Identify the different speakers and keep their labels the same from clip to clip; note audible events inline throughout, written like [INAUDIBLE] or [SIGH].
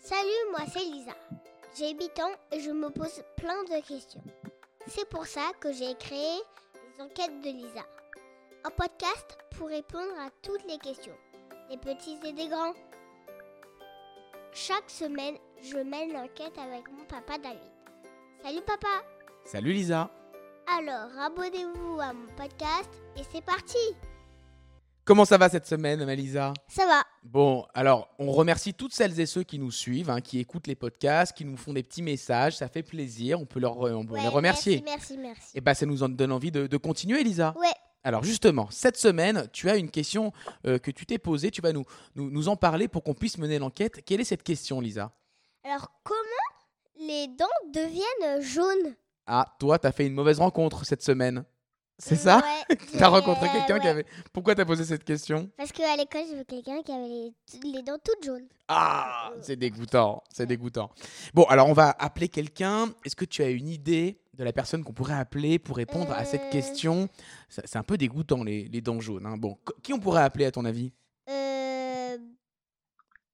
Speaker 1: Salut, moi c'est Lisa. J'ai 8 ans et je me pose plein de questions. C'est pour ça que j'ai créé les enquêtes de Lisa. Un podcast pour répondre à toutes les questions, des petits et des grands. Chaque semaine, je mène l'enquête avec mon papa David. Salut papa
Speaker 2: Salut Lisa
Speaker 1: Alors abonnez-vous à mon podcast et c'est parti
Speaker 2: Comment ça va cette semaine, ma Lisa
Speaker 1: Ça va
Speaker 2: Bon, alors, on remercie toutes celles et ceux qui nous suivent, hein, qui écoutent les podcasts, qui nous font des petits messages, ça fait plaisir, on peut leur, euh, on peut les
Speaker 1: Ouais,
Speaker 2: remercier.
Speaker 1: Merci, merci, merci.
Speaker 2: Et bah, ça nous en donne envie de, de continuer, Lisa.
Speaker 1: Ouais,
Speaker 2: Alors justement, cette semaine, tu as une question euh, que tu t'es posée, tu vas nous, nous, nous en parler pour qu'on puisse mener l'enquête. Quelle est cette question, Lisa
Speaker 1: alors comment les dents deviennent jaunes
Speaker 2: Ah, toi, t'as fait une mauvaise rencontre cette semaine. C'est ça
Speaker 1: Ouais,
Speaker 2: [LAUGHS] T'as rencontré
Speaker 1: euh,
Speaker 2: quelqu'un qui
Speaker 1: ouais.
Speaker 2: avait... Pourquoi t'as posé cette question
Speaker 1: Parce qu'à l'école, j'ai vu quelqu'un qui avait les, les dents toutes jaunes.
Speaker 2: Ah, c'est dégoûtant, c'est dégoûtant. Bon, alors on va appeler quelqu'un. Est-ce que tu as une idée de la personne qu'on pourrait appeler pour répondre à cette
Speaker 1: Euh.
Speaker 2: question Ça- C'est un peu dégoûtant les, les dents jaunes. hein. Bon, qu- qui on pourrait appeler à ton avis
Speaker 1: Euh,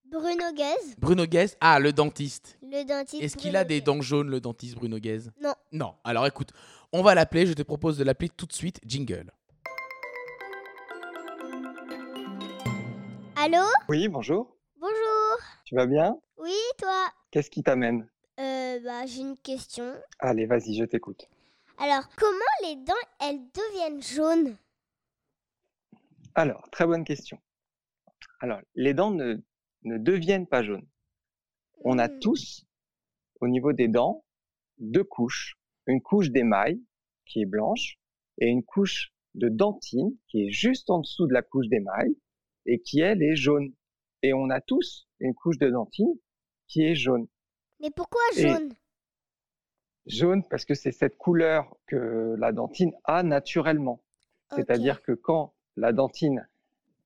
Speaker 1: Bruno Guez,
Speaker 2: Bruno Guest Ah, le dentiste.
Speaker 1: le dentiste.
Speaker 2: Est-ce qu'il
Speaker 1: Bruno
Speaker 2: a des
Speaker 1: Guez.
Speaker 2: dents jaunes, le dentiste Bruno Guest
Speaker 1: Non.
Speaker 2: Non. Alors écoute, on va l'appeler. Je te propose de l'appeler tout de suite. Jingle.
Speaker 1: Allô
Speaker 3: Oui, bonjour.
Speaker 1: Bonjour
Speaker 3: Tu vas bien?
Speaker 1: Oui, toi
Speaker 3: Qu'est-ce qui t'amène?
Speaker 1: Euh, bah, j'ai une question.
Speaker 3: Allez, vas-y, je t'écoute.
Speaker 1: Alors, comment les dents, elles deviennent jaunes
Speaker 3: Alors, très bonne question. Alors, les dents ne, ne deviennent pas jaunes. On a
Speaker 1: Hmm.
Speaker 3: tous, au niveau des dents, deux couches. Une couche d'émail, qui est blanche, et une couche de dentine, qui est juste en dessous de la couche d'émail, et qui, elle, est jaune. Et on a tous une couche de dentine qui est jaune.
Speaker 1: Mais pourquoi
Speaker 3: Et-
Speaker 1: jaune
Speaker 3: Jaune parce que c'est cette couleur que la dentine a naturellement. C'est-à-dire que quand la dentine,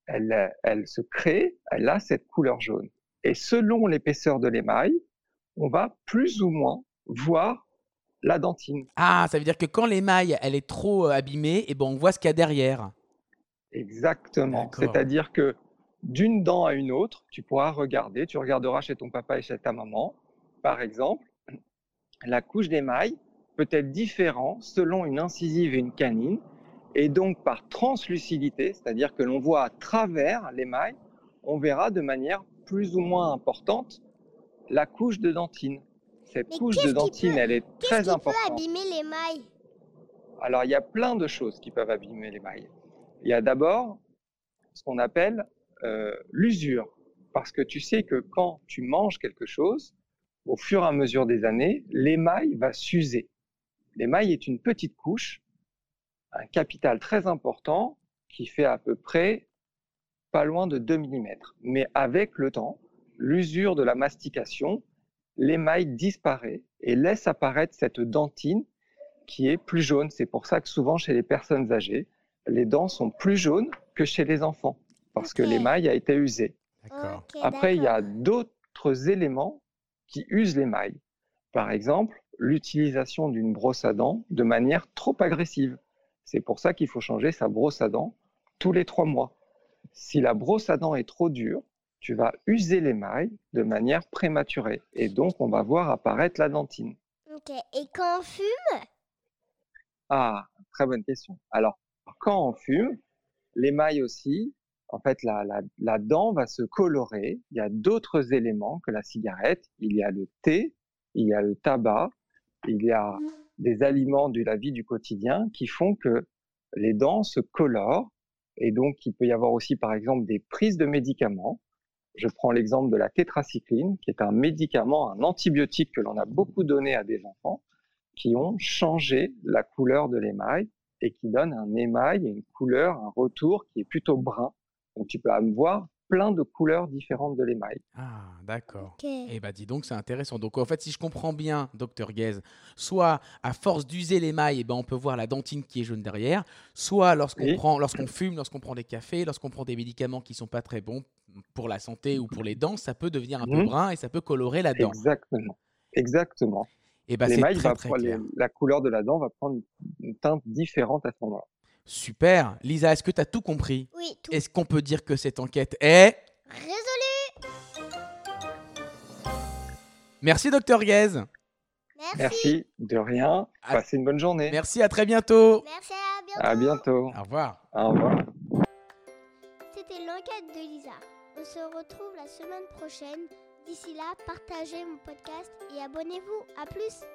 Speaker 3: elle, elle se crée, elle a cette couleur jaune. Et selon l'épaisseur de l'émail, on va plus ou moins voir la dentine.
Speaker 2: Ah, ça veut dire que quand l'émail elle est trop euh, abîmée, et ben on voit ce qu'il y a derrière.
Speaker 3: Exactement.
Speaker 2: D'accord.
Speaker 3: C'est-à-dire que d'une dent à une autre, tu pourras regarder, tu regarderas chez ton papa et chez ta maman, par exemple, la couche d'émail peut être différente selon une incisive et une canine, et donc par translucidité, c'est-à-dire que l'on voit à travers l'émail, on verra de manière plus ou moins importante la couche de dentine. Cette
Speaker 1: Mais
Speaker 3: couche
Speaker 1: qu'est-ce
Speaker 3: de
Speaker 1: qui
Speaker 3: dentine,
Speaker 1: peut-
Speaker 3: elle est
Speaker 1: Qu'est-ce
Speaker 3: très
Speaker 1: qui peut
Speaker 3: importante.
Speaker 1: abîmer l'émail
Speaker 3: Alors, il y a plein de choses qui peuvent abîmer les mailles. Il y a d'abord ce qu'on appelle euh, l'usure. Parce que tu sais que quand tu manges quelque chose, au fur et à mesure des années, l'émail va s'user. L'émail est une petite couche, un capital très important qui fait à peu près pas loin de 2 mm. Mais avec le temps, l'usure de la mastication, l'émail disparaît et laisse apparaître cette dentine qui est plus jaune. C'est pour ça que souvent chez les personnes âgées, les dents sont plus jaunes que chez les enfants parce que
Speaker 1: Ok.
Speaker 3: l'émail a été usé.
Speaker 2: D'accord.
Speaker 1: Ok,
Speaker 3: Après, il y
Speaker 1: d'accord.
Speaker 3: a d'autres éléments qui usent les mailles. Par exemple, l'utilisation d'une brosse à dents de manière trop agressive. C'est pour ça qu'il faut changer sa brosse à dents tous les trois mois. Si la brosse à dents est trop dure, tu vas user les mailles de manière prématurée. Et donc, on va voir apparaître la dentine.
Speaker 1: Ok, et quand on fume
Speaker 3: Ah, très bonne question. Alors, quand on fume, l'émail aussi, en fait, la, la, la dent va se colorer. Il y a d'autres éléments que la cigarette. Il y a le thé, il y a le tabac, il y a des aliments de la vie du quotidien qui font que les dents se colorent. Et donc, il peut y avoir aussi, par exemple, des prises de médicaments. Je prends l'exemple de la tétracycline, qui est un médicament, un antibiotique que l'on a beaucoup donné à des enfants qui ont changé la couleur de l'émail et qui donnent un émail et une couleur, un retour qui est plutôt brun. Donc tu peux avoir plein de couleurs différentes de l'émail.
Speaker 2: Ah, d'accord.
Speaker 1: Ok.
Speaker 2: Eh bah dis donc, c'est intéressant. Donc en fait, si je comprends bien, docteur Guez, soit à force d'user les mailles, eh ben, on peut voir la dentine qui est jaune derrière, soit lorsqu'on
Speaker 3: Oui.
Speaker 2: prend, lorsqu'on fume, lorsqu'on prend des cafés, lorsqu'on prend des médicaments qui sont pas très bons pour la santé ou pour les dents, ça peut devenir un peu
Speaker 3: Mhm.
Speaker 2: brun et ça peut colorer la dent.
Speaker 3: Exactement. Exactement.
Speaker 2: Et bah c'est
Speaker 3: l'émail
Speaker 2: très
Speaker 3: va
Speaker 2: très
Speaker 3: prendre les-
Speaker 2: clair.
Speaker 3: la couleur de la dent va prendre une teinte différente à ce moment-là.
Speaker 2: Super. Lisa, est-ce que tu as tout compris
Speaker 1: Oui, tout.
Speaker 2: Est-ce qu'on peut dire que cette enquête est
Speaker 1: Résolu
Speaker 2: Merci, docteur Guez.
Speaker 1: Merci.
Speaker 3: Merci, de rien.
Speaker 2: À-
Speaker 3: Passez une bonne journée.
Speaker 2: Merci, à très bientôt.
Speaker 1: Merci, à bientôt.
Speaker 3: À bientôt.
Speaker 2: Au revoir.
Speaker 3: Au revoir.
Speaker 1: C'était l'enquête de Lisa. On se retrouve la semaine prochaine. D'ici là, partagez mon podcast et abonnez-vous. À plus.